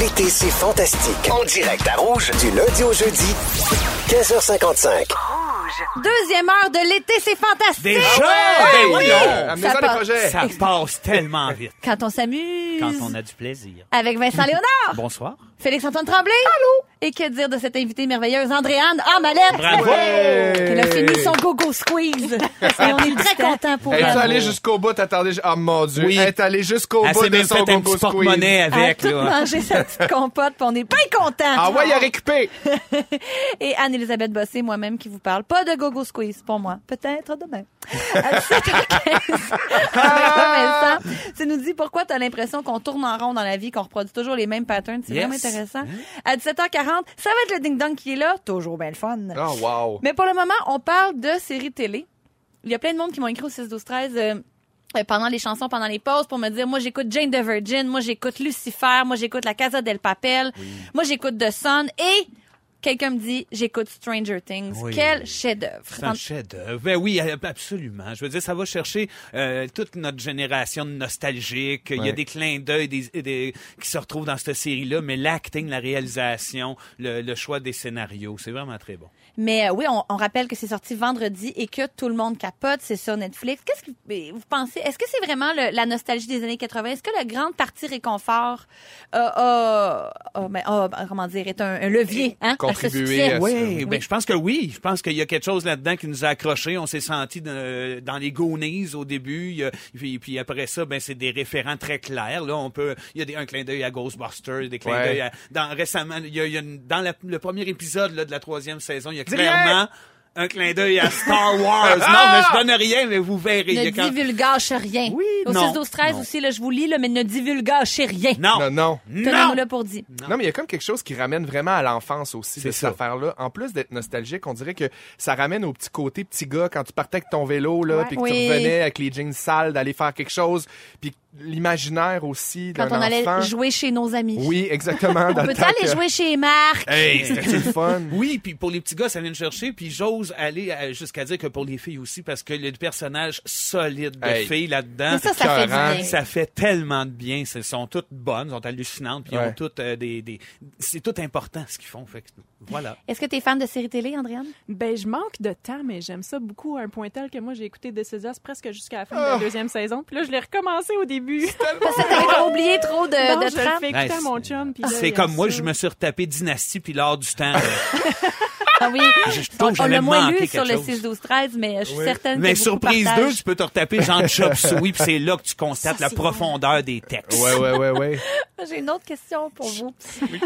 L'été, c'est fantastique. En direct à Rouge, du lundi au jeudi, 15h55. Deuxième heure de l'été, c'est fantastique. Déjà! Ouais, Ben oui. voyons! Amenez-en Ça des part- projets. Ça passe tellement vite Quand on s'amuse. quand on a du plaisir. Avec Vincent Léonard. Bonsoir. Félix-Antoine Tremblay. Allô. Et que dire de cette invitée merveilleuse, Andréane Amalette. Bravo! Elle a fini son go-go squeeze. Et on est très contents pour Elle est elle. allée jusqu'au bout, attendez. Ah mon Dieu. Oui. Elle est allée jusqu'au Elle bout s'est de même son fait un Gogo petit Squeeze. porte-monnaie Elle a avec, tout là. mangé sa petite compote, puis on est bien contents. Ah ouais, il a récupéré. Et Anne-Elisabeth Bossé, moi-même, qui vous parle. Pas de gogo squeeze pour moi. Peut-être demain. À 17h15. Avec Vincent, tu nous dis pourquoi tu as l'impression qu'on tourne en rond dans la vie, qu'on reproduit toujours les mêmes patterns. C'est Yes. vraiment intéressant. À 17h40, ça va être le ding-dong qui est là. Toujours bien le fun. Oh wow. Mais pour le moment, on parle de séries télé. Il y a plein de monde qui m'ont écrit au 6-12-13 euh, euh, pendant les chansons, pendant les pauses, pour me dire, moi j'écoute Jane the Virgin, moi j'écoute Lucifer, moi j'écoute La Casa del Papel, moi j'écoute The Sun et... Quelqu'un me dit, j'écoute Stranger Things. Oui. Quel chef-d'œuvre. C'est un chef-d'œuvre. Ben oui, euh, absolument. Je veux dire, ça va chercher euh, toute notre génération de nostalgiques. Il y a Ouais. des clins d'œil des, des- qui se retrouvent dans cette série-là, mais l'acting, la réalisation, le, le choix des scénarios, c'est vraiment très bon. Mais euh, oui, on, on rappelle que c'est sorti vendredi et que tout le monde capote, c'est sur Netflix. Qu'est-ce que vous- vous pensez? Est-ce que c'est vraiment le- la nostalgie des années 80? Est-ce que la grande partie réconfort euh, a, a- a- ben, a- comment dire, est un, un levier hein, à ce Contribuer succès? à ce- Oui, ben, je pense que oui. Je pense qu'il y a quelque chose là-dedans qui nous a accrochés. On s'est sentis de- dans les gonies au début. Il y a- puis, puis après ça, ben, c'est des référents très clairs. Là, on peut, il y a des, un clin d'œil à Ghostbusters, des clins Ouais. d'œil à, dans, récemment, il y a, il y a une- dans la- le premier épisode là, de la troisième saison, il y a rien! clairement un clin d'œil à Star Wars. non, mais je donne rien, mais vous verrez. Il y Ne a quand- divulgâche rien. Oui, Au non, 6 12 13 non. aussi là, je vous lis là, mais ne divulgâchez rien. Non. Non, non. Tenez-nous Non. là pour dire. Non, mais il y a comme quelque chose qui ramène vraiment à l'enfance aussi, de C'est cette ça. affaire-là. En plus d'être nostalgique, on dirait que ça ramène au petit côté petit gars quand tu partais avec ton vélo, là, Ouais. puis que Oui. tu revenais avec les jeans sales, d'aller faire quelque chose, puis l'imaginaire aussi d'un Quand on enfant. allait jouer chez nos amis. Oui, exactement. dans On le peut temps aller que- jouer chez Marc? Hey, C'était le fun. Oui, puis pour les petits gars, ça vient de chercher, puis j'ose aller euh, jusqu'à dire que pour les filles aussi, parce que le personnage solide de Hey. filles là-dedans, Mais ça, ça fait Écœurant. du bien. ça fait tellement de bien. Elles sont toutes bonnes, sont hallucinantes, puis Ouais. ont toutes euh, des, des- c'est tout important ce qu'ils font. Fait que, voilà. Est-ce que tu es fan de séries télé, Andréane? Ben, je manque de temps, mais j'aime ça beaucoup. Un point tel que moi, j'ai écouté This Is Us presque jusqu'à la fin de la deuxième saison. Puis là, je l'ai recommencé au début. Euh, Parce que t'avais oublié trop de, Non, de je le trames. fais Ouais, écouter à c'est- mon chum. puis là, il Ah, C'est aime comme moi, ça. je me suis retapé Dynastie puis l'art du temps. euh, Ah oui. je trouve On, que on j'avais l'a moins manqué lu quelque sur le chose. 6 12 13 mais je suis certaine mais que surprise 2, partagent. tu peux te retaper Jean Chop Suey, puis c'est là que tu constates Ça, la c'est profondeur des textes. Ouais, ouais, ouais, ouais. Ah, J'ai une autre question pour vous.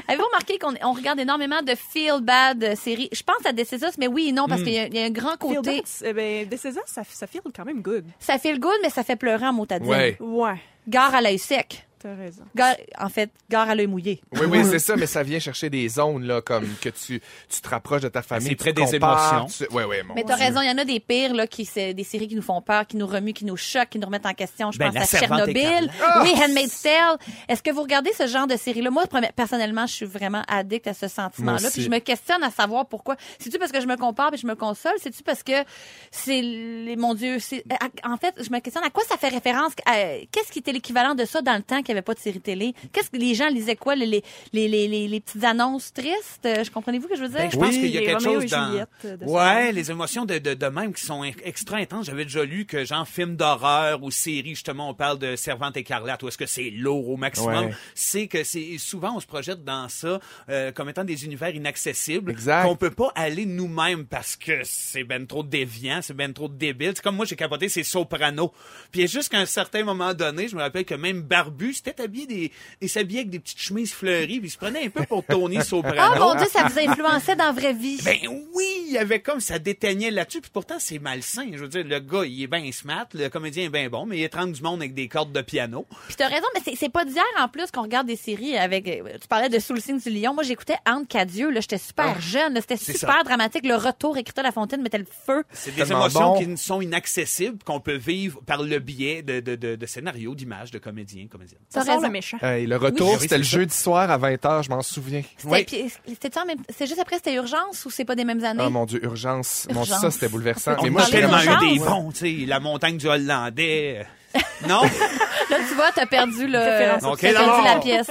Avez-vous remarqué qu'on on regarde énormément de feel bad euh, séries Je pense à This Is Us, mais oui et non Hmm. parce qu'il y, a- il y a un grand Feel côté. bad, c'est- ben, This Is Us, ça, ça feel quand même good. Ça fait le good mais ça fait pleurer en mot à dire. Ouais. Ouais, Gare à l'œil sec. t'as raison. Gare- en fait, gare à l'œil mouillé. Oui, oui, c'est ça, mais ça vient chercher des zones, là, comme que tu, tu te rapproches de ta famille. Ah, C'est près tu des compares, émotions. tu- Ouais, ouais, mon Mais t'as Dieu. raison, il y en a des pires là qui c'est des séries qui nous font peur, qui nous remuent, qui nous choquent, qui nous remettent en question. Je Ben, La pense à Servante Tchernobyl, oui, Handmaid's Tale. Est-ce que vous regardez ce genre de série là Moi, premi- personnellement, je suis vraiment addict à ce Moi sentiment-là, aussi. puis je me questionne à savoir pourquoi. C'est-tu parce que je me compare et je me console C'est-tu parce que c'est les- mon Dieu, c'est à- en fait, je me questionne à quoi ça fait référence à- Qu'est-ce qui était l'équivalent de ça dans le temps qu'il n'y avait pas de série télé Qu'est-ce que les gens lisaient quoi les les, les, les, les- les petites annonces tristes Euh, Je comprenez-vous ce que je veux dire Ben, je pense Oui, qu'il y a les quelque Roméo chose et dans. Juliette de ce ouais, genre. les émotions de, de, de même qui sont in- extra intenses. J'avais déjà lu que, genre, film d'horreur ou série, justement, on parle de Servante écarlate, ou est-ce que c'est lourd au maximum. Ouais. C'est que c'est souvent, on se projette dans ça euh, comme étant des univers inaccessibles. Exact. Qu'on peut pas aller nous-mêmes parce que c'est ben trop déviant, c'est ben trop débile. C'est comme moi, j'ai capoté, c'est Soprano. Puis jusqu'à un certain moment donné, je me rappelle que même Barbu, c'était habillé des, il s'habillait avec des petites chemises fleuries, puis il se prenait un peu pour Tony Soprano. Oh mon Dieu, ça vous influençait dans la vraie vie. Ben oui, il y avait comme ça déteignait là-dessus, puis pourtant c'est malsain. Je veux dire, le gars, il est bien smart, le comédien est bien bon, mais il étrangle du monde avec des cordes de piano. Puis t'as raison, mais c'est- c'est pas d'hier en plus qu'on regarde des séries avec. euh, Tu parlais de Sous le signe du lion. Moi, j'écoutais Anne Cadieux. Là, j'étais super jeune. là, C'était Ah, c'est super ça. dramatique. Le retour, écrit à la fontaine mettait le feu. C'est des Tellement émotions bon. qui ne sont inaccessibles, qu'on peut vivre par le biais de, de, de, de scénarios, d'images, de comédiens, comédiennes. T'as Ça sort raison. le méchant. Hey, le retour, Oui, oui, c'était le c'est ça. jeudi soir à 20h, je m'en souviens. C'était puis, c'était-tu en même- C'est juste après, c'était Urgence ou c'est pas des mêmes années? Ah, Oh mon Dieu, urgence. Mon Dieu, ça, Urgence. c'était bouleversant. On Mais peut moi, a parler j'étais tellement de eu des genre, bons, tu sais, la montagne du Hollandais. euh, non? Là, tu vois, t'as perdu le. Référence t'as Ok, perdu d'abord. la pièce.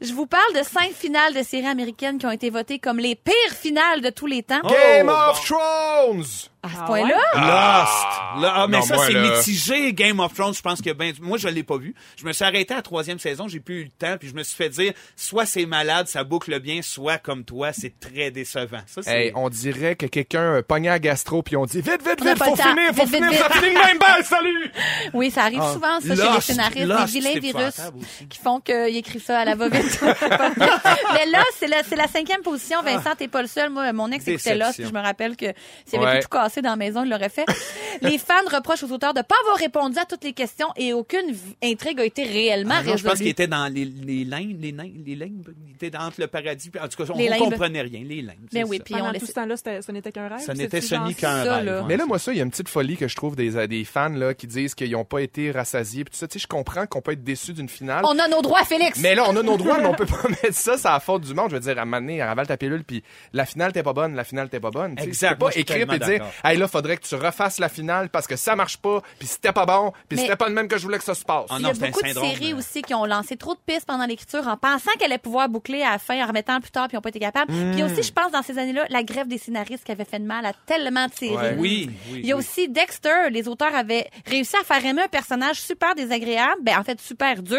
Je vous parle de cinq finales de séries américaines qui ont été votées comme les pires finales de tous les temps. Game Oh, of Thrones! À ce Ah point-là, Lost. Là, ah, mais Non, ça, moi, c'est là- mitigé, Game of Thrones. Je pense que ben, moi, je l'ai pas vu. Je me suis arrêté à la troisième saison, j'ai plus eu le temps, puis je me suis fait dire, soit c'est malade, ça boucle bien, soit comme toi, c'est très décevant. Ça, c'est... Hey, on dirait que quelqu'un euh, pognait à gastro puis on dit vite, vite, On a vite, pas faut le temps. finir, faut Vite, finir, vite, Ah, ça vite. finit de même balle, salut! oui, ça arrive souvent, ça, chez les Ah, Lost, scénaristes, Lost, des vilains c'est virus épouvantable aussi. qui font qu'ils écrivent ça à la va-vite. Mais là, c'est la, c'est la cinquième position. Vincent, t'es pas le seul. Moi, mon ex écoutait Ah. Déception. Lost, puis je me rappelle que s'il avait Ouais. pu tout casser dans la maison, il l'aurait fait. les fans reprochent aux auteurs de pas avoir répondu à toutes les questions et aucune v- intrigue a été réellement Ah non, je résolue. pense qu'il était dans les, les limbes, les nains- les limbes, il était entre le paradis. puis- En tout cas, on Les ne limbes. comprenait rien, les limbes. Mais c'est oui, ça. puis on Pendant laissait- tout ce temps-là, c'était- ce n'était qu'un rêve. Ça n'était c'est-tu semi genre- ça, qu'un rêve. hein. là. ouais, Mais là, c'est moi, ça, il y a une petite folie que je trouve des, euh, des fans là, qui disent qu'ils n'ont pas été rassasiés. Puis tout ça, tu sais, je comprends qu'on peut être déçu d'une finale. On a nos droits, Félix! Mais là, on a nos droits, mais on peut pas mettre ça, c'est la faute du monde. Je veux dire, à maner, avale ta pilule, puis la finale, t'es pas bonne, la finale, t'es pas bonne. Tu sais, Exact, Tu peux moi, pas je suis écrire et tellement dire, d'accord. hey, là, faudrait que tu refasses la finale parce que ça marche pas, puis c'était pas bon, puis Mais- c'était pas le même que je voulais que ça se passe. Ah Il y a non, c'est un beaucoup de syndrome, séries euh. aussi qui ont lancé trop de pistes pendant l'écriture en pensant qu'elle allait pouvoir boucler à la fin en remettant plus tard puis ils n'ont pas été capables. Puis aussi, je pense, dans ces années-là, la grève des scénaristes qui avait fait de mal à tellement de séries. Mm. Ouais. Oui, oui, Il y a oui. aussi Dexter. Les auteurs avaient réussi à faire aimer un personnage super désagréable, ben en fait super dur.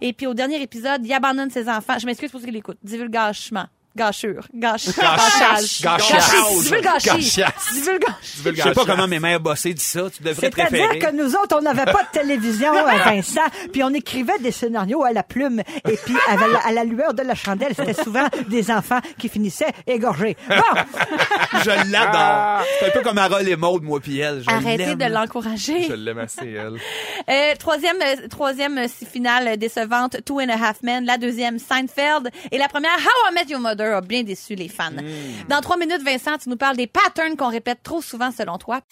Et puis au dernier épisode, il abandonne ses enfants. Je m'excuse pour ceux qui l'écoutent. Divulgachement. Gâchure. Gâche. Gâchage. Gâchage. Gâchis. Divulgâchis. Gâchasse. Divulgâchis. Tu veux le Je sais pas gâcher. comment mes mères bossaient dit ça. Tu devrais C'est-à-dire préférer. que nous autres, on n'avait pas de télévision, euh, Vincent, puis on écrivait des scénarios à la plume, et puis à la, à la lueur de la chandelle, c'était souvent des enfants qui finissaient égorgés. Bon, Je Ah. l'adore. C'est un peu comme Harold et Maude, moi puis elle. Je Arrêtez l'aime. de l'encourager. Je l'aime assez, elle. Euh, troisième, euh, troisième euh, finale décevante, Two and a Half Men. La deuxième, Seinfeld. Et la première, How I Met Your Mother a bien déçu les fans. Hmm. Dans trois minutes, Vincent, tu nous parles des patterns qu'on répète trop souvent selon toi.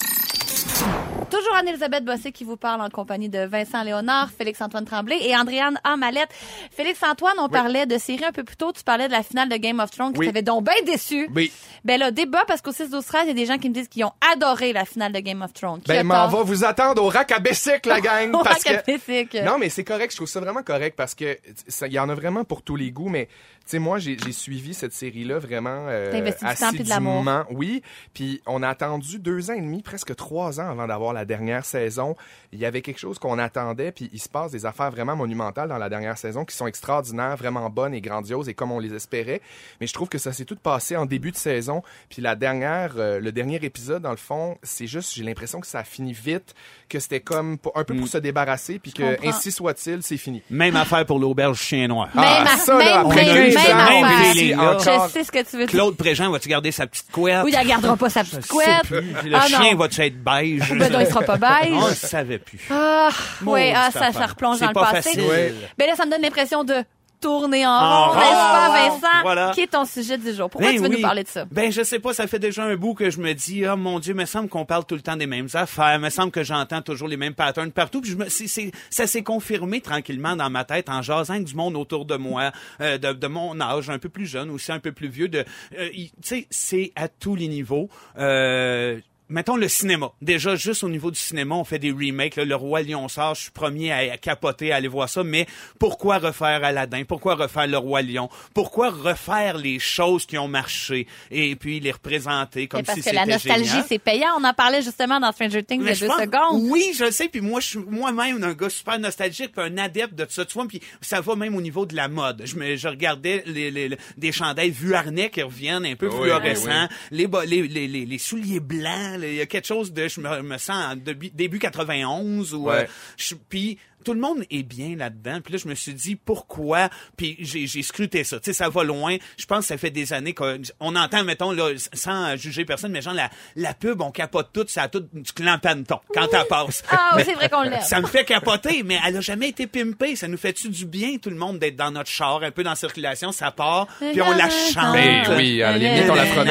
Toujours Anne-Elisabeth Bossé qui vous parle en compagnie de Vincent Léonard, Félix-Antoine Tremblay et Andréane Amalette. Félix-Antoine, on parlait de série un peu plus tôt. Tu parlais de la finale de Game of Thrones qui Oui. t'avait donc bien déçu. Oui. Ben là, débat parce qu'au 6 12 13 il y a des gens qui me disent qu'ils ont adoré la finale de Game of Thrones. Qui a Ben, m'en tort? va vous attendre au rack à bicycle, la gang. Au parce rack à que- bicycle. Non, mais c'est correct. Je trouve ça vraiment correct parce que ça- il y en a vraiment pour tous les goûts. Mais, tu sais, moi, j'ai j'ai suivi cette série-là vraiment euh, T'as investi du temps puis de l'amour. assidûment. Oui. Puis, on a attendu deux ans et demi, presque trois ans avant d'avoir la dernière saison. Il y avait quelque chose qu'on attendait. Puis, il se passe des affaires vraiment monumentales dans la dernière saison qui sont extraordinaires, vraiment bonnes et grandioses et comme on les espérait. Mais je trouve que ça s'est tout passé en début de saison. Puis, la dernière, euh, le dernier épisode, dans le fond, c'est juste, j'ai l'impression que ça a fini vite, que c'était comme pour- un peu pour se débarrasser. Puis, que comprends. ainsi soit-il, c'est fini. Même affaire pour l'auberge chien noir. Même Ah, à- ça, même- là, après même- même deux ans, affaire. on est ici Je encore. Je sais ce que tu veux dire. Claude Préjean, vas-tu garder sa petite couette? Oui, elle gardera pas sa petite couette. Puis le Ah chien non. va-tu être beige? Ben non, il sera pas beige. On le savait plus. Ah, oui, Maudite ah, ça, ça affaire. replonge C'est dans le pas passé. facile. Ouais. Ben là, ça me donne l'impression de tourner en, En rond, rond. n'est-ce pas, Vincent? Voilà. Qui est ton sujet du jour? Pourquoi Ben tu veux oui. nous parler de ça? Ben je sais pas, ça fait déjà un bout que je me dis ah mon dieu, me semble qu'on parle tout le temps des mêmes affaires, me semble que j'entends toujours les mêmes patterns partout, puis je me c'est- c'est- ça s'est confirmé tranquillement dans ma tête en jasant avec du monde autour de moi, euh, de, de mon âge, un peu plus jeune aussi, un peu plus vieux de euh, y- tu sais, c'est à tous les niveaux. Euh, Mettons le cinéma. Déjà, juste au niveau du cinéma, on fait des remakes. là. Le Roi Lion sort, je suis premier à, à capoter, à aller voir ça. Mais pourquoi refaire Aladdin? Pourquoi refaire Le Roi Lion? Pourquoi refaire les choses qui ont marché et puis les représenter comme C'est Eh, parce si que c'était la nostalgie, génial? c'est payant. On en parlait justement dans Stranger Things il y a Mais je deux pense- secondes. Oui, je le sais. Puis moi, je suis moi-même un gars super nostalgique, puis un adepte de ça. Tu vois, puis ça va même au niveau de la mode. Je, me, je regardais les, les- les- des chandails vuarnais qui reviennent un peu Oui, fluorescents, les, bo- les, les, les, les souliers blancs. là, Il y a quelque chose de, je me, me sens en début, début 91 ou. Ouais. euh, je- puis tout le monde est bien là-dedans. Puis là, je me suis dit pourquoi. Puis j'ai j'ai scruté ça. Tu sais, ça va loin. Je pense que ça fait des années qu'on on entend, mettons, là, sans juger personne, mais genre la, la pub, on capote tout, ça a tout du clan Panton quand elle passe. Ah, oui, c'est vrai qu'on l'aime. Ça me fait capoter, mais elle a jamais été pimpée. Ça nous fait-tu du bien, tout le monde, d'être dans notre char, un peu dans la circulation, ça part, puis on la chante. Ben oui, à la limite, on la fera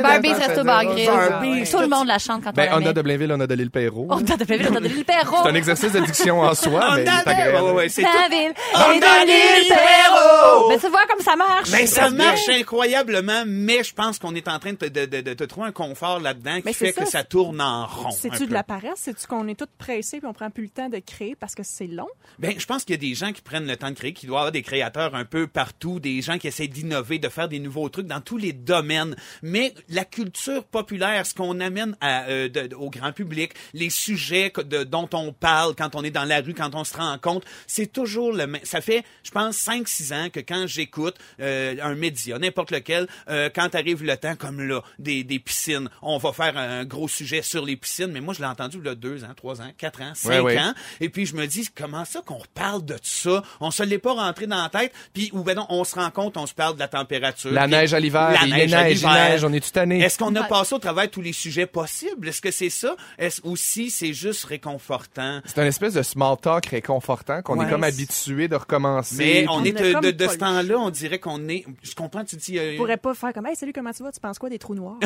dans- Barbie, ça se bat gris. Barbie. Tout le monde la chante quand Ben, on on la a met. de Blainville, on a de l'île Perrault. On a de Blainville, on a de l'île Perrault. C'est un exercice d'addiction en soi, On Ah, mais a- c'est agréable. Ouais, ouais, ouais, c'est tout- Blainville, On on est a de l'île Perrault. Bravo! Mais tu vois comme ça marche. Mais ça marche incroyablement, mais je pense qu'on est en train de, te- de- de- de te trouver un confort là-dedans qui Mais fait c'est ça. que ça tourne en rond. un C'est-tu peu. de la paresse? C'est-tu qu'on est tous pressés puis on prend plus le temps de créer parce que c'est long? Ben, je pense qu'il y a des gens qui prennent le temps de créer, qu'il doit y avoir des créateurs un peu partout, des gens qui essaient d'innover, de faire des nouveaux trucs dans tous les domaines. Mais la culture populaire, ce qu'on amène à, euh, de- de- au grand public, les sujets que- de- dont on parle quand on est dans la rue, quand on se rend compte, c'est toujours le même. Ça fait, je pense, 5-6 ans que quand j'écoute euh, un média, n'importe lequel, euh, quand arrive le temps comme là, des, des piscines, on va faire un gros sujet sur les piscines. Mais moi, je l'ai entendu il y a 2 ans, 3 ans, 4 ans, 5 ouais. ans. Et puis je me dis comment ça qu'on parle de ça On se l'est pas rentré dans la tête. Puis ou ben non, on se rend compte, on se parle de la température, La puis- neige à l'hiver, la il neige à neige, il l'hiver. neige, on est tout tanné. Est-ce qu'on a passé au travers tous les sujets possibles Est-ce que c'est ça Est-ce aussi c'est juste réconfortant C'est un espèce de small talk réconfortant qu'on est Ouais. comme habitué de recommencer. Mais on, On est euh, a de, comme de- de pas ce le temps-là, on dirait qu'on est. Je comprends, tu dis. euh, Je pourrais pas faire comme, hey, salut, comment tu vas? Tu penses quoi des trous noirs?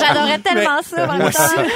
J'adorais tellement ça. par exemple.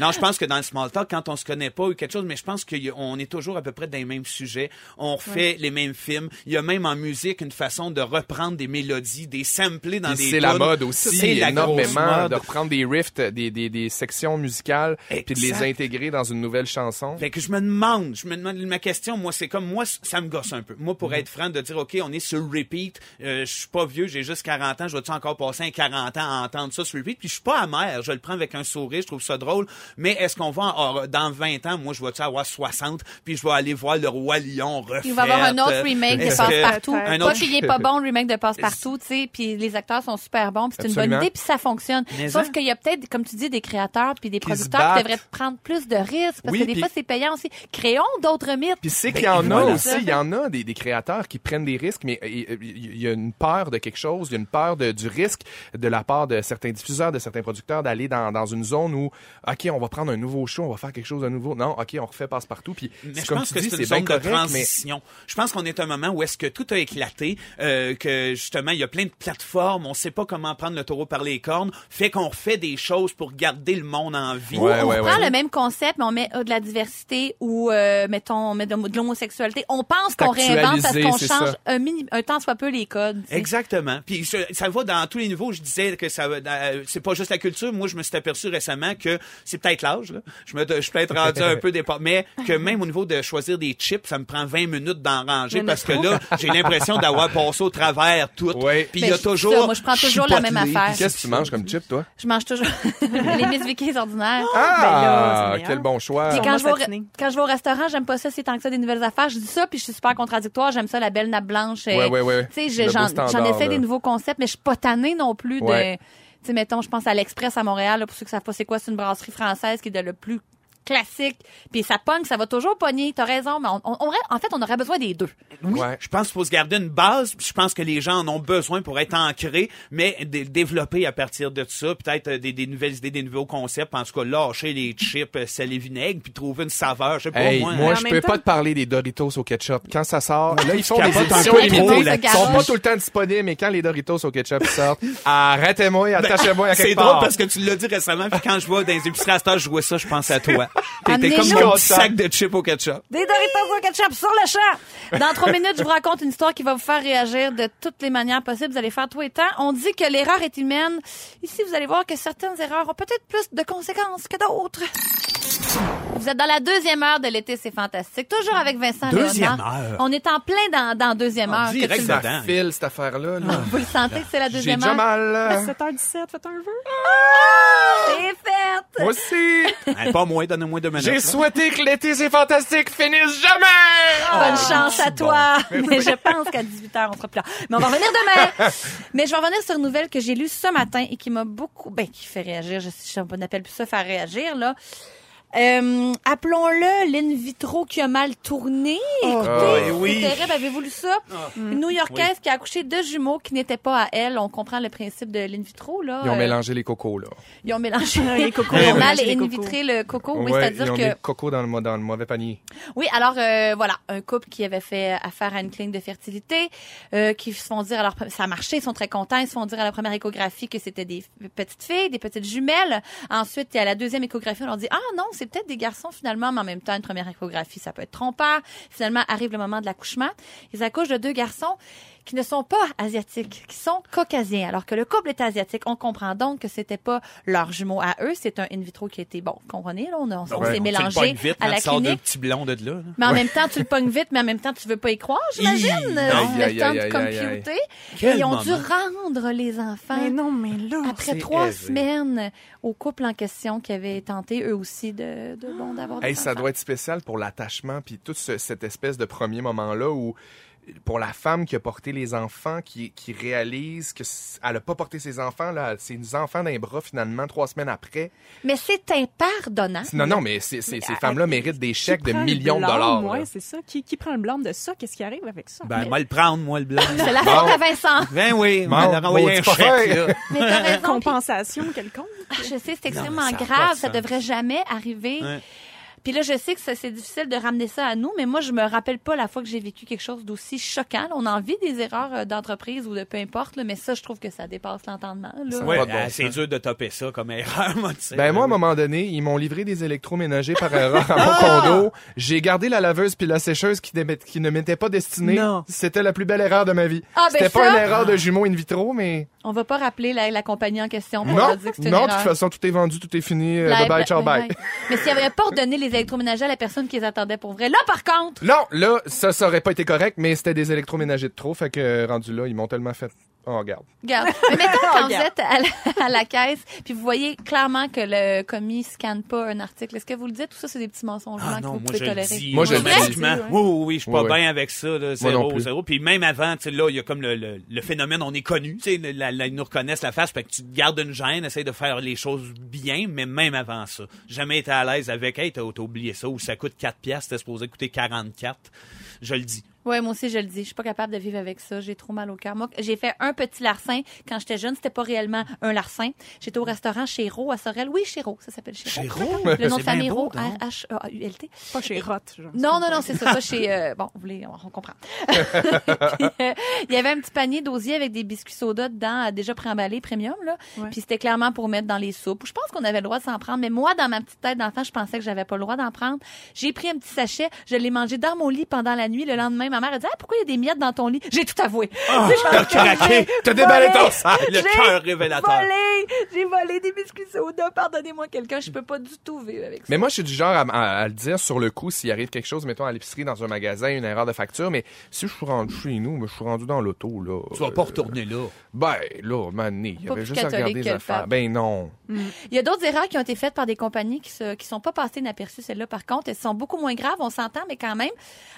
Non, je pense que dans le small talk, quand on se connaît pas ou quelque chose, mais je pense qu'on est toujours à peu près dans les mêmes sujets. On fait les mêmes films. Il y a même en musique une façon de reprendre des mélodies, des sampler dans Puis des c'est la tunes. mode aussi, C'est la grosse énormément mode. de reprendre des riffs, des, des, des sections musicales, puis de les Exact. intégrer dans une nouvelle chanson. Fait que je me demande, je me demande ma question, moi c'est comme moi c- ça me gosse un peu. Moi pour être franc de dire OK, on est sur repeat, euh, je suis pas vieux, j'ai juste 40 ans, je vais encore passer un 40 ans à entendre ça sur repeat, puis je suis pas amer, je le prends avec un sourire, je trouve ça drôle, mais est-ce qu'on va en- dans 20 ans, moi je vais tu avoir 60, puis je vais aller voir le roi lion refait. euh, Il va y avoir un autre remake de Passe-Partout. Un Pas qu'il n'est pas bon, le remake de Passe-Partout, tu sais, puis les acteurs sont super bons, puis c'est une bonne Absolument. idée, puis ça fonctionne. Mais Sauf hein. qu'il y a peut-être, comme tu dis, des créateurs puis des Qui se producteurs qui battent. devraient prendre plus de risques, parce Oui, que des puis- fois, c'est payant aussi. Créons d'autres mythes. Puis c'est qu'il y en a ben, voilà. aussi, il y en a des, des créateurs qui prennent des risques, mais euh, il y a une peur de quelque chose, il y a une peur de- du risque de la part de certains diffuseurs, de certains producteurs d'aller dans, dans une zone où, OK, on va prendre un nouveau show, on va faire quelque chose de nouveau. Non, OK, on refait passe-partout. Puis Mais c'est je comme pense tu que dis, c'est une c'est bien zone de correct, mais transition. Je pense qu'on est à un moment où est-ce que tout a éclaté, euh, que justement il y a plein de plateformes, on sait pas comment prendre le taureau par les cornes, fait qu'on fait des choses pour garder le monde en vie. Ouais, on ouais, reprend ouais. le même concept, mais on met euh, de la diversité ou, euh, mettons, on met de, de l'homosexualité. On pense qu'on réinvente parce actualisé, qu'on c'est change ça. un, mini- un temps soit peu les codes. tu sais. Exactement. Puis je- ça va dans tous les niveaux. Je disais que ça va dans- c'est pas juste la culture. Moi, je me suis aperçu récemment que c'est peut-être l'âge. là. Je me je suis peut-être rendu un peu départ, mais que même au niveau de choisir des chips, ça me prend 20 minutes d'en ranger Mais parce que notre là, j'ai l'impression d'avoir passé au travers tout. Ouais. Puis Mais il y a je dis ça, toujours moi, je prends toujours la même chipotlé, affaire. puis qu'est-ce que tu manges comme chip, toi? Je mange toujours les Miss Vickies ordinaires. là, Ah, c'est quel meilleur. bon choix. Puis Ils sont quand je, vais au, matinés. quand je vais au restaurant, j'aime pas ça, c'est tant que ça des nouvelles affaires. Je dis ça, puis je suis super contradictoire. J'aime ça, la belle nappe blanche. euh, Ouais, ouais, ouais. Tu sais, je- Le beau j'en, standard, j'en essaie là. des nouveaux concepts, mais je suis pas tannée non plus Ouais. de. Tu sais, mettons, je pense à l'Express à Montréal, là, pour ceux qui savent pas c'est quoi, c'est une brasserie française qui est de le plus classique. Puis ça pogne, ça va toujours pogner. T'as raison, mais on, on- on aurait- en fait, on aurait besoin des deux. Oui, Ouais. je pense qu'il faut se garder une base. puis Je pense que les gens en ont besoin pour être ancrés, mais dé- développer à partir de ça, peut-être euh, des, des nouvelles idées, des nouveaux concepts. En tout cas, lâcher les chips, euh, sel et vinaigre, puis trouver une saveur. Je sais pas, Hey, moi. hein. moi, en je même peux temps- pas te parler des Doritos au ketchup. Quand ça sort, là, ils font Tu des capotes éditions un peu trop limitées. Ils là-dessus. sont pas tout le temps disponibles, mais quand les Doritos au ketchup sortent, arrêtez-moi et attachez-moi à quelque C'est part. drôle parce que tu l'as dit récemment, puis quand je vois dans les épiceries à cette heure, je vois ça, je pense à toi. T'étais Amenez-nous. comme mon petit Content. sac de chips au ketchup. Des Doritos au ketchup sur le champ. Dans trois minutes, je vous raconte une histoire qui va vous faire réagir de toutes les manières possibles. Vous allez faire tout et temps. On dit que l'erreur est humaine. Ici, vous allez voir que certaines erreurs ont peut-être plus de conséquences que d'autres. Vous êtes dans la deuxième heure de l'été, c'est fantastique. Toujours avec Vincent Deuxième Léonard. heure. On est en plein dans, dans deuxième En heure. Que direct tu- Ça Dedans. file, cette affaire-là. là. vous le sentez que c'est la J'ai Ah. deuxième déjà heure? Ben, mal. 7h17, faites un vœu. C'est fait! Moi aussi. Hein, pas moins, donne-moi deux minutes. J'ai là. souhaité que l'été, c'est fantastique, finisse jamais. Bonne chance à toi. Mais je pense qu'à 18h, on sera plus là. Mais on va revenir demain. Mais je vais revenir sur une nouvelle que j'ai lue ce matin et qui m'a beaucoup, ben, qui fait réagir. Je sais, je n'appelle plus ça faire réagir, là. Euh, appelons-le l'in vitro qui a mal tourné. Écoutez, Ah, c'est oui. terrible. Avez-vous lu ça? Une New-Yorkaise qui a accouché deux jumeaux qui n'étaient pas à elle. On comprend le principe de l'in vitro, là. Ils ont Euh, mélangé les cocos, là. Ils ont mélangé Les cocos, le ils ont journal mélangé et les in cocos. vitré le coco. Oh, Oui, Ouais, ils c'est-à-dire ont que... mis le coco dans le, mo- dans le mauvais panier. Oui, alors euh, voilà, un couple qui avait fait affaire à une clinique de fertilité, euh, qui se font dire, alors ça a marché, ils sont très contents, ils se font dire à la première échographie que c'était des petites filles, des petites jumelles. Ensuite, à la deuxième échographie, on leur dit, ah non, c'est peut-être des garçons finalement, mais en même temps, une première échographie, ça peut être trompeur. Finalement, arrive le moment de l'accouchement. Ils accouchent de deux garçons qui ne sont pas asiatiques, qui sont caucasiens, alors que le couple est asiatique. On comprend donc que c'était pas leur jumeau à eux, c'est un in vitro qui était bon. Comprenez, là, on, on Ouais. s'est Tu le mélangé pognes vite, à hein, la tu sors deux clinique. petits blonds de là. là. Mais en même temps, tu le pognes vite, mais en même temps, tu veux pas y croire, j'imagine. Hi. Euh, Aïe, aïe, le temps aïe, de aïe, aïe, computer. Et Quel ils ont dû moment. rendre les Ah. enfants Mais non, mais là. après c'est trois aisé. semaines au couple en question qui avait tenté eux aussi de, de bon d'avoir des Hey, ça enfants. doit être spécial pour l'attachement, puis toute ce- cette espèce de premier moment-là où, pour la femme qui a porté les enfants, qui, qui réalise que c- elle a pas porté ses enfants, là, c'est des enfants d'un bras finalement, trois semaines après. Mais c'est impardonnant. Non, non, mais c'est- c'est- ces Mais, femmes-là euh, méritent des Qui chèques de prend le millions de blâme, dollars. là. Ouais, c'est ça. Qui, qui prend le blâme de ça? Qu'est-ce qui arrive avec ça? Ben, moi le prendre, moi le blanc. C'est la faute Bon. à Vincent. Ben oui, on Bon, leur envoyer un maudit pas chèque. faire. là. Mais t'as Mais raison. puis- compensation quelconque. Ah, je sais, c'est Non, extrêmement mais ça a pas grave. de Ça sens. devrait jamais arriver. Ouais. Puis là, je sais que ça, c'est difficile de ramener ça à nous, mais moi, je me rappelle pas la fois que j'ai vécu quelque chose d'aussi choquant. là. On en vit des erreurs euh, d'entreprise ou de peu importe, là, mais ça, je trouve que ça dépasse l'entendement. là. Ça- Ouais, Pas de bon ah, c'est sens. dur de topper ça comme erreur, moi, tu sais. Ben moi, à un oui. moment donné, ils m'ont livré des électroménagers par erreur à Ah! mon condo. J'ai gardé la laveuse puis la sécheuse qui, démet- qui ne m'étaient pas destinées. Non. C'était la plus belle erreur de ma vie. Ah, ben C'était pas ça- une erreur de jumeaux in vitro, mais... On va pas rappeler la, la compagnie en question pour Non, leur dire que c'est une non, de erreur. toute façon, tout est vendu, tout est fini. euh, La- bye bye, ciao, bye- bye. bye. Mais s'il avait pas redonné les électroménagers à la personne qui les attendait pour vrai. Là, par contre, Non, là, ça, ça aurait pas été correct, mais c'était des électroménagers de trop, fait que euh, rendu là, ils m'ont tellement fait. Oh, regarde. regarde. Mais mettons quand vous Regarde. êtes à la, à la caisse, puis vous voyez clairement que le commis scanne pas un article. Est-ce que vous le dites? Tout ça, c'est des petits mensonges blancs Ah que non, vous moi pouvez je le tolérer. dis. Moi, je le dis. automatiquement. Ouais. Oui, oui, oui, je suis pas Ouais, ouais. bien avec ça, là, non zéro, plus. zéro. Puis même avant, tu sais, là, il y a comme le, le, le phénomène, on est connu, tu sais, le- la, la- ils nous reconnaissent la face, fait que tu te gardes une gêne, essaye de faire les choses bien, mais même avant ça, jamais été à l'aise avec, hey, t'as t'as oublié ça, ou ça coûte 4 piastres, c'était supposé coûter 44. Je le dis. Ouais, moi aussi, je le dis. Je suis pas capable de vivre avec ça. J'ai trop mal au cœur. Moi, j'ai fait un petit larcin quand j'étais jeune. C'était pas réellement un larcin. J'étais au restaurant chez Ro à Sorel. Oui, chez Ro. Ça s'appelle chez Ro. Chéro, Le nom de Ben, c'est bien famille beau, Ro, donc. E R-H-A-U-L-T. Pas chez Roth, genre. Non, non, non, c'est ça. Pas chez. euh, bon, vous voulez, on, on comprend. Puis, euh, il y avait un petit panier d'osier avec des biscuits soda dedans, euh, déjà préemballés, premium, là. Ouais. Puis c'était clairement pour mettre dans les soupes. Je pense qu'on avait le droit de s'en prendre, mais moi, dans ma petite tête d'enfant, je pensais que j'avais pas le droit d'en prendre. J'ai pris un petit sachet, je l'ai mangé dans mon lit pendant la nuit. Le lendemain, ma mère a dit Ah, pourquoi il y a des miettes dans ton lit J'ai tout avoué. Ah, T'as craqué, t'as déballé ton sac, le J'ai cœur révélateur. volé, j'ai volé des biscuits soda. Pardonnez-moi quelqu'un, je peux pas du tout vivre avec ça. Mais moi, je suis du genre à, à- à le dire sur le coup s'il arrive quelque chose, mettons à l'épicerie, dans un magasin, une erreur de facture, mais si je suis rendu chez nous, mais je suis rendu dans l'auto, là. Tu vas pas euh, retourner là. Ben, là, mané, il y Pas avait plus juste à catholique regarder que les le affaires. pape. Ben non. Il y a d'autres erreurs qui ont été faites par des compagnies qui ne sont pas passées inaperçues, celles-là, par contre. Elles sont beaucoup moins graves, on s'entend, mais quand même.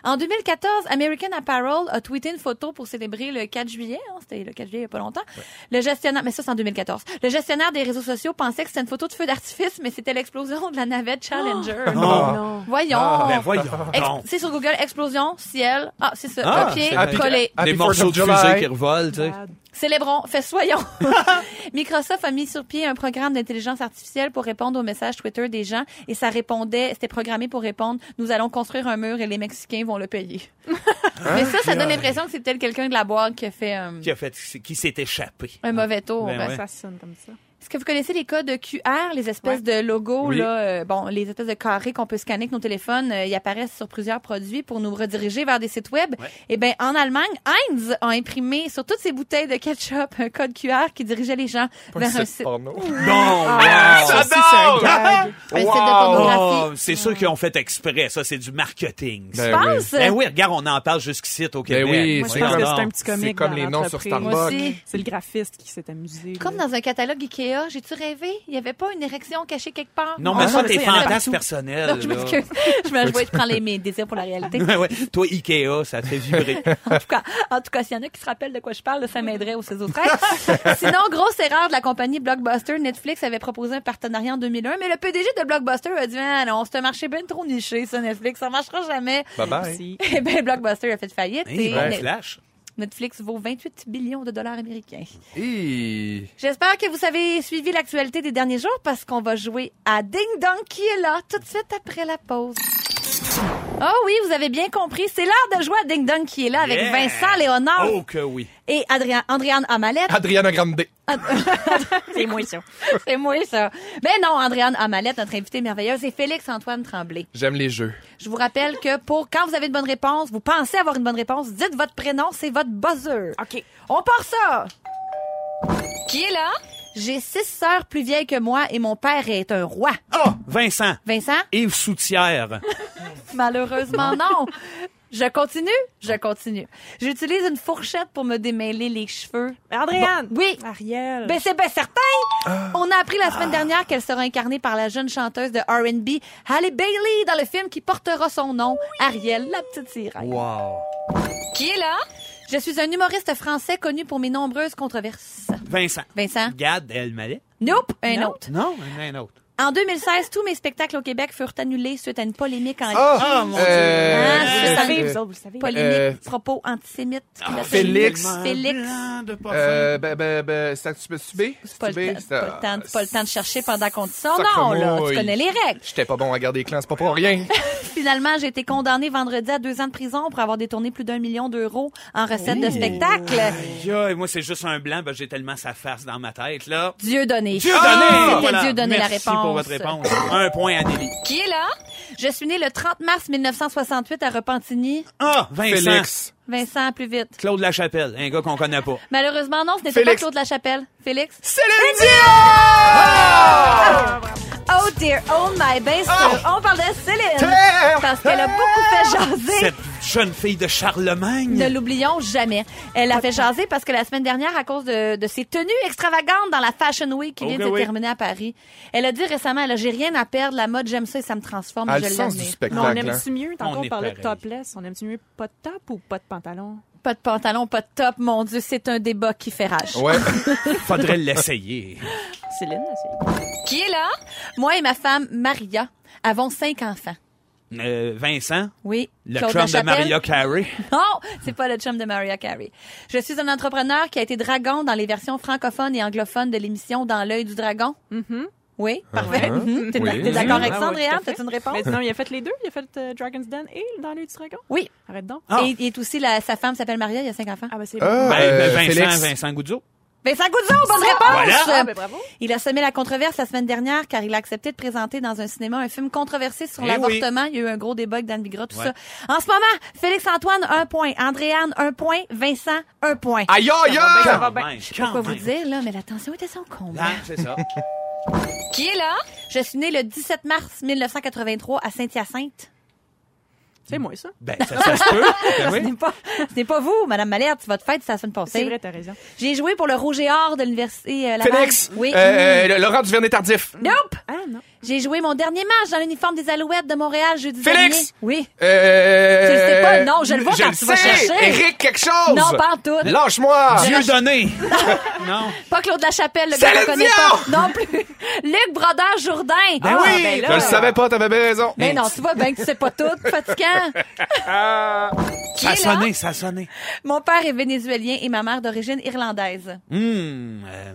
En 2014, American Apparel a tweeté une photo pour célébrer le 4 juillet. hein, C'était le 4 juillet il n'y a pas longtemps. Le gestionnaire, mais ça, c'est en 2014. Le gestionnaire des réseaux sociaux pensait que c'était une photo de feu d'artifice, mais c'était l'explosion de la navette Challenger. Ah, Ah. Non. Non. Voyons. Ben voyons Ex- donc. C'est sur Google, explosion, ciel. Ah, c'est ça. Ah, Copier, c'est bien. coller. Happy Des morceaux de Fourth of fusée July. qui revolent, tu sais. Bad. Célébrons, fais soyons. Microsoft a mis sur pied un programme d'intelligence artificielle pour répondre aux messages Twitter des gens et ça répondait, c'était programmé pour répondre nous allons construire un mur et les Mexicains vont le payer. Mais ça, ça donne l'impression que c'est peut-être quelqu'un de la boîte qui a fait euh, Hein? euh, Qui a fait, qui s'est échappé. un mauvais tour. Ben Ben, ouais. Ça sonne comme ça. Est-ce que vous connaissez les codes QR, les espèces de logos, Oui. là, euh, bon, les espèces de carrés qu'on peut scanner avec nos téléphones, euh, ils apparaissent sur plusieurs produits pour nous rediriger vers des sites web. Ouais. Eh bien, en Allemagne, Heinz a imprimé sur toutes ses bouteilles de ketchup un code QR qui dirigeait les gens Pas vers un un site site, porno. Non, wow. ah, ça, aussi, c'est un donne! gag. un site de Wow. pornographie. Ah! Oh, c'est sûr qu'ils ont fait exprès. Ça, c'est du marketing. Ben Je Ben, oui. pense. oui, regarde, on en parle jusqu'ici au Québec. oui, Moi, je c'est pense comme- que c'est non. un petit comique. c'est comme dans les noms sur l'entreprise. Starbucks. Moi aussi. C'est le graphiste qui s'est amusé. euh, Comme là. dans un catalogue Ikea, j'ai-tu rêvé? Il n'y avait pas une érection cachée quelque part? Non, mais Ah, ça, mais tes ça, il y en a fantasmes partout. personnels. non, je là. m'excuse. Je me je vois, je prends les, mes désirs pour la réalité. Ouais, ouais. Toi, Ikea, ça te fait vibrer. En tout cas, en tout cas, s'il y en a qui se rappellent de quoi je parle, ça m'aiderait au 16 au 13. Sinon, grosse erreur de la compagnie Blockbuster. Netflix avait proposé un partenariat en 2001, mais le PDG de Blockbuster a dit, ah non, c'est un marché bien trop niché, ça, Netflix. Ça marchera jamais. Bye bye. Aussi. Eh ben, Blockbuster a fait faillite. Hey, et bon Net- flash. Netflix vaut 28 billions de dollars américains. Et... J'espère que vous avez suivi l'actualité des derniers jours parce qu'on va jouer à Ding Dong qui est là tout de suite après la pause. Oh oui, vous avez bien compris. C'est l'heure de jouer à Ding Dong qui est là avec Yeah! Vincent Léonard Oh que oui. et Adrien, Andréane Amalette. Adriana Grande. C'est moins ça. C'est moi, ça. Mais non, Andréane Amalette, notre invitée merveilleuse, et Félix-Antoine Tremblay. J'aime les jeux. Je vous rappelle que pour quand vous avez une bonne réponse, vous pensez avoir une bonne réponse, dites votre prénom, c'est votre buzzer. OK. On part ça! Qui est là? J'ai six sœurs plus vieilles que moi et mon père est un roi. Ah, Vincent. Vincent? Yves Soutière. Malheureusement, non. Je continue? Je continue. J'utilise une fourchette pour me démêler les cheveux. Adrienne! Bon, oui. Ariel! Ben, c'est bien certain! Ah. On a appris la semaine dernière qu'elle sera incarnée par la jeune chanteuse de R&B, Halle Bailey, dans le film qui portera son nom, Ariel, la petite sirène. Wow. Qui est là? Je suis un humoriste français connu pour mes nombreuses controverses. Vincent. Vincent? Gad Elmaleh. Nope, un Non. autre. Non, un autre. En 2016, tous mes spectacles au Québec furent annulés suite à une polémique en ligne. Ah, mon euh, Dieu. vous le euh, savez, euh, vous autres, vous le savez. Polémique, euh, Ah, propos antisémites. qui l'a Félix. fait. Félix. euh, ben, ben, ben, ça, tu peux subir? C'est pas, le temps- c'est pas le temps- c'est pas le temps de chercher pendant qu'on dit ça. Non, Sacremouille. là, tu connais les règles. J'étais pas bon à garder les clans, c'est pas pour rien. Finalement, j'ai été condamnée vendredi à deux ans de prison pour avoir détourné plus d'un million d'euros en recettes de spectacle. Yo, et moi, c'est juste un blanc, ben, j'ai tellement sa face dans ma tête, là. Dieu donné. Dieu Ah! donné! C'était Voilà. Dieu donné Merci la réponse. pour votre réponse. Un point à Nelly. Qui est là? Je suis née le 30 mars 1968 à Repentigny. Ah, Vincent. Félix. Vincent, plus vite. Claude Lachapelle, un gars qu'on connaît pas. Malheureusement, non, ce n'était pas Félix. Claude Lachapelle. Félix? Céline Dion! Oh dear, oh my, bien sûr. Ah! On parle de Céline. Terre! Parce qu'elle a beaucoup fait jaser. Cette jeune fille de Mmh. Charlemagne. Ne l'oublions jamais. Elle a fait jaser parce que la semaine dernière, à cause de, de ses tenues extravagantes dans la Fashion Week Oh, qui vient de ben Ok, se oui. terminer à Paris, elle a dit récemment, elle a, j'ai rien à perdre, la mode, j'aime ça et ça me transforme, Ah, je le sens du l'admire. Mais on spectacle. hein. aime-tu mieux, On tantôt est on parlait de pareil. topless, on aime-tu mieux pas de top ou pas de pantalon? Pas de pantalon, pas de top, mon Dieu, c'est un débat qui fait rage. Ouais. Faudrait l'essayer. Céline, là, c'est... Qui est là? Moi et ma femme, Maria, avons cinq enfants. Euh, Vincent, Oui. le Claude chum de Lachapelle? Maria Carey. Non, c'est pas le chum de Maria Carey. Je suis un entrepreneur qui a été dragon dans les versions francophones et anglophones de l'émission Dans l'œil du dragon. Oui, Ah, parfait. hein? Mhm. T'es Oui. t'es d'accord avec Mm-hmm. Ah ça, ouais, Andréane? tout à fait. T'as-tu une réponse? Mais non, il a fait les deux. Il a fait euh, Dragon's Den et Dans l'œil du dragon. Oui. Arrête donc. Ah. Et, il est aussi la, sa femme s'appelle Maria, il y a cinq enfants. Ah, ben c'est Ah, bon. Ben, euh, Vincent, Félix. Vincent Goudzot. Vincent Goudzon, bonne réponse! Ah, ben bravo. Il a semé la controverse la semaine dernière car il a accepté de présenter dans un cinéma un film controversé sur Eh l'avortement. Il y a eu un gros débat avec Dan Bigra, tout Ouais. ça. En ce moment, Félix-Antoine, un point. Andréane, un point. Vincent, un point. Aïe, aïe, Ça aïe! va bien. Je Pas quoi vous dire, là, mais la tension était sans comble. Ah, c'est ça. Qui est là? Je suis née le 17 mars 1983 à Saint-Hyacinthe. C'est moi, ça. Ben, ça, ça se peut. Ben Ce oui. n'est pas, ce n'est pas vous, Madame Mallette. Votre fête, c'est la semaine C'est vrai, passée. t'as raison. J'ai joué pour le Rouge et Or de l'Université euh, Laval. Félix! Oui. Euh, euh, le- Laurent Duvernay-Tardif. Nope! Ah, non. J'ai joué mon dernier match dans l'uniforme des Alouettes de Montréal jeudi Félix! dernier. Oui. Euh, Je le sais pas, non, je le vois quand tu vas sais. chercher. Eric quelque chose. Non, pas en tout. Lâche-moi. Dieu donné. non. Pas Claude Lachapelle, le gars Céline qu'on connaît Dion! pas. Non plus. Luc Brodeur Jourdain. Ben Ah, oui, ben là. je le savais pas, t'avais bien raison. Mais non, tu vois bien que tu sais pas tout, fatigant. Ah, Qui Ça a est là? sonné, ça a sonné. Mon père est vénézuélien et ma mère d'origine irlandaise. Hum. euh,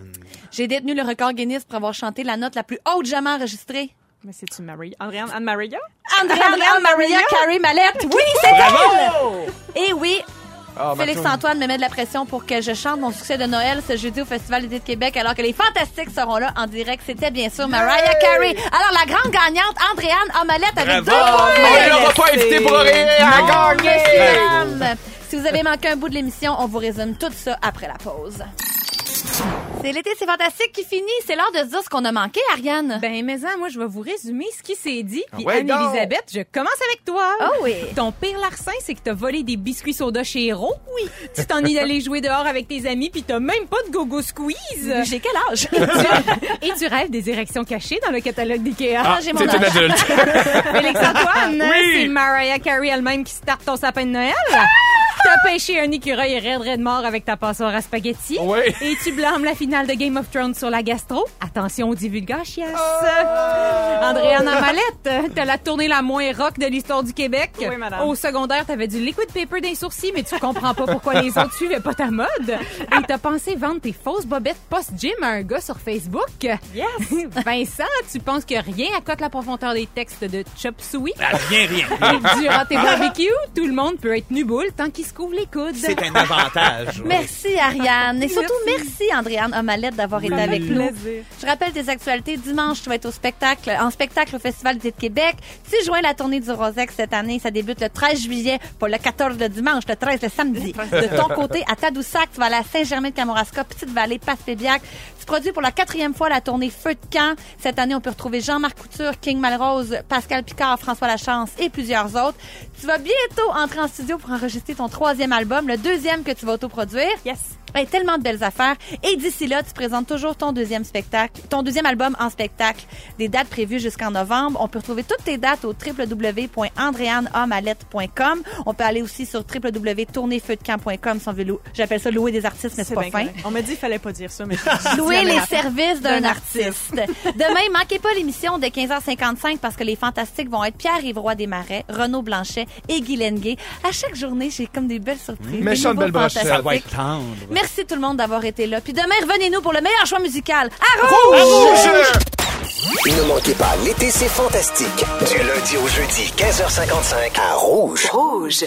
J'ai détenu le record Guinness pour avoir chanté la note la plus haute jamais enregistrée. Mais c'est-tu Marie? Andréane, Anne-Maria? Andréane Maria Carey Mallette. Oui, c'est elle! Et oui, Ah, ma Félix tourne. Antoine me met de la pression pour que je chante mon succès de Noël ce jeudi au Festival d'été de Québec alors que les fantastiques seront là en direct. C'était bien sûr Mariah Carey. Alors la grande gagnante, Andréane Amalette avec Bravo! deux points. Mais on va pas invité pour rien à Non, gagner. messieurs, dames. Si vous avez manqué un bout de l'émission, on vous résume tout ça après la pause. C'est l'été, c'est fantastique qui finit. C'est l'heure de se dire ce qu'on a manqué, Ariane. Ben, Maison, moi, je vais vous résumer ce qui s'est dit. Puis, ouais, Anne-Elisabeth, je commence avec toi. Ah oui. Ton pire larcin, c'est que t'as volé des biscuits soda chez Hero. Oui. Tu t'en es allé jouer dehors avec tes amis, puis t'as même pas de gogo squeeze. J'ai quel âge? Et tu rêves des érections cachées dans le catalogue d'IKEA. Ah, j'ai mon C'est une âge. adulte. Félix-Antoine, Oui. c'est Mariah Carey elle-même qui starte ton sapin de Noël. T'as pêché un écureuil raide, raide mort avec ta passoire à spaghetti. Oui. Et tu blâmes la finale de Game of Thrones sur la gastro. Attention au divulgachias. Andréane Amalette, t'as la tournée la moins rock de l'histoire du Québec. Oui, madame. Au secondaire, t'avais du liquid paper d'un sourcil, mais tu comprends pas pourquoi les autres suivaient pas ta mode. Et t'as pensé vendre tes fausses bobettes post-gym à un gars sur Facebook. Yes! Vincent, tu penses que rien accote la profondeur des textes de Chop Suey? Ah, rien, rien. Durant tes barbecues, tout le monde peut être nuboule tant qu'il se couvre les coudes. C'est un avantage. oui. Merci Ariane et surtout merci, Andréane Omalette d'avoir été avec nous. plaisir. Je rappelle tes actualités. Dimanche, tu vas être au spectacle, en spectacle au Festival d'été de Québec. Tu joins la tournée du Rosex cette année. Ça débute le 13 juillet, pas le 14 le dimanche, le 13 le samedi. De ton côté, à Tadoussac, tu vas aller à Saint-Germain-de-Kamouraska, Petite-Vallée, Passe-Pébiac. Tu produis pour la quatrième fois la tournée Feu de camp. Cette année, on peut retrouver Jean-Marc Couture, King Malrose, Pascal Picard, François Lachance et plusieurs autres. Tu vas bientôt entrer en studio pour enregistrer ton troisième album, le deuxième que tu vas autoproduire. Yes! Hey, tellement de belles affaires. Et d'ici là, tu présentes toujours ton deuxième spectacle, ton deuxième album en spectacle. Des dates prévues jusqu'en novembre. On peut retrouver toutes tes dates au www.andreannehomalette.com. On peut aller aussi sur www.tournerfeudecamp.com si on veut louer. J'appelle ça louer des artistes, mais c'est pas bien fin. correct. On m'a dit qu'il fallait pas dire ça, mais Louer les cerfs. services d'un D'un artiste. Demain, manquez pas l'émission de 15h55 parce que les fantastiques vont être Pierre Ivroy Desmarais, Renaud Blanchet et Guy Lenguet. À chaque journée, j'ai comme des belles surprises. Méchante des nouveaux belle brochette. Ça va fantastiques. être tendre. Merci tout le monde d'avoir été là. Puis demain, revenez-nous pour le meilleur choix musical. À Rouge! Ne manquez pas, l'été c'est fantastique. Du lundi au jeudi, 15h55 à Rouge. Rouge.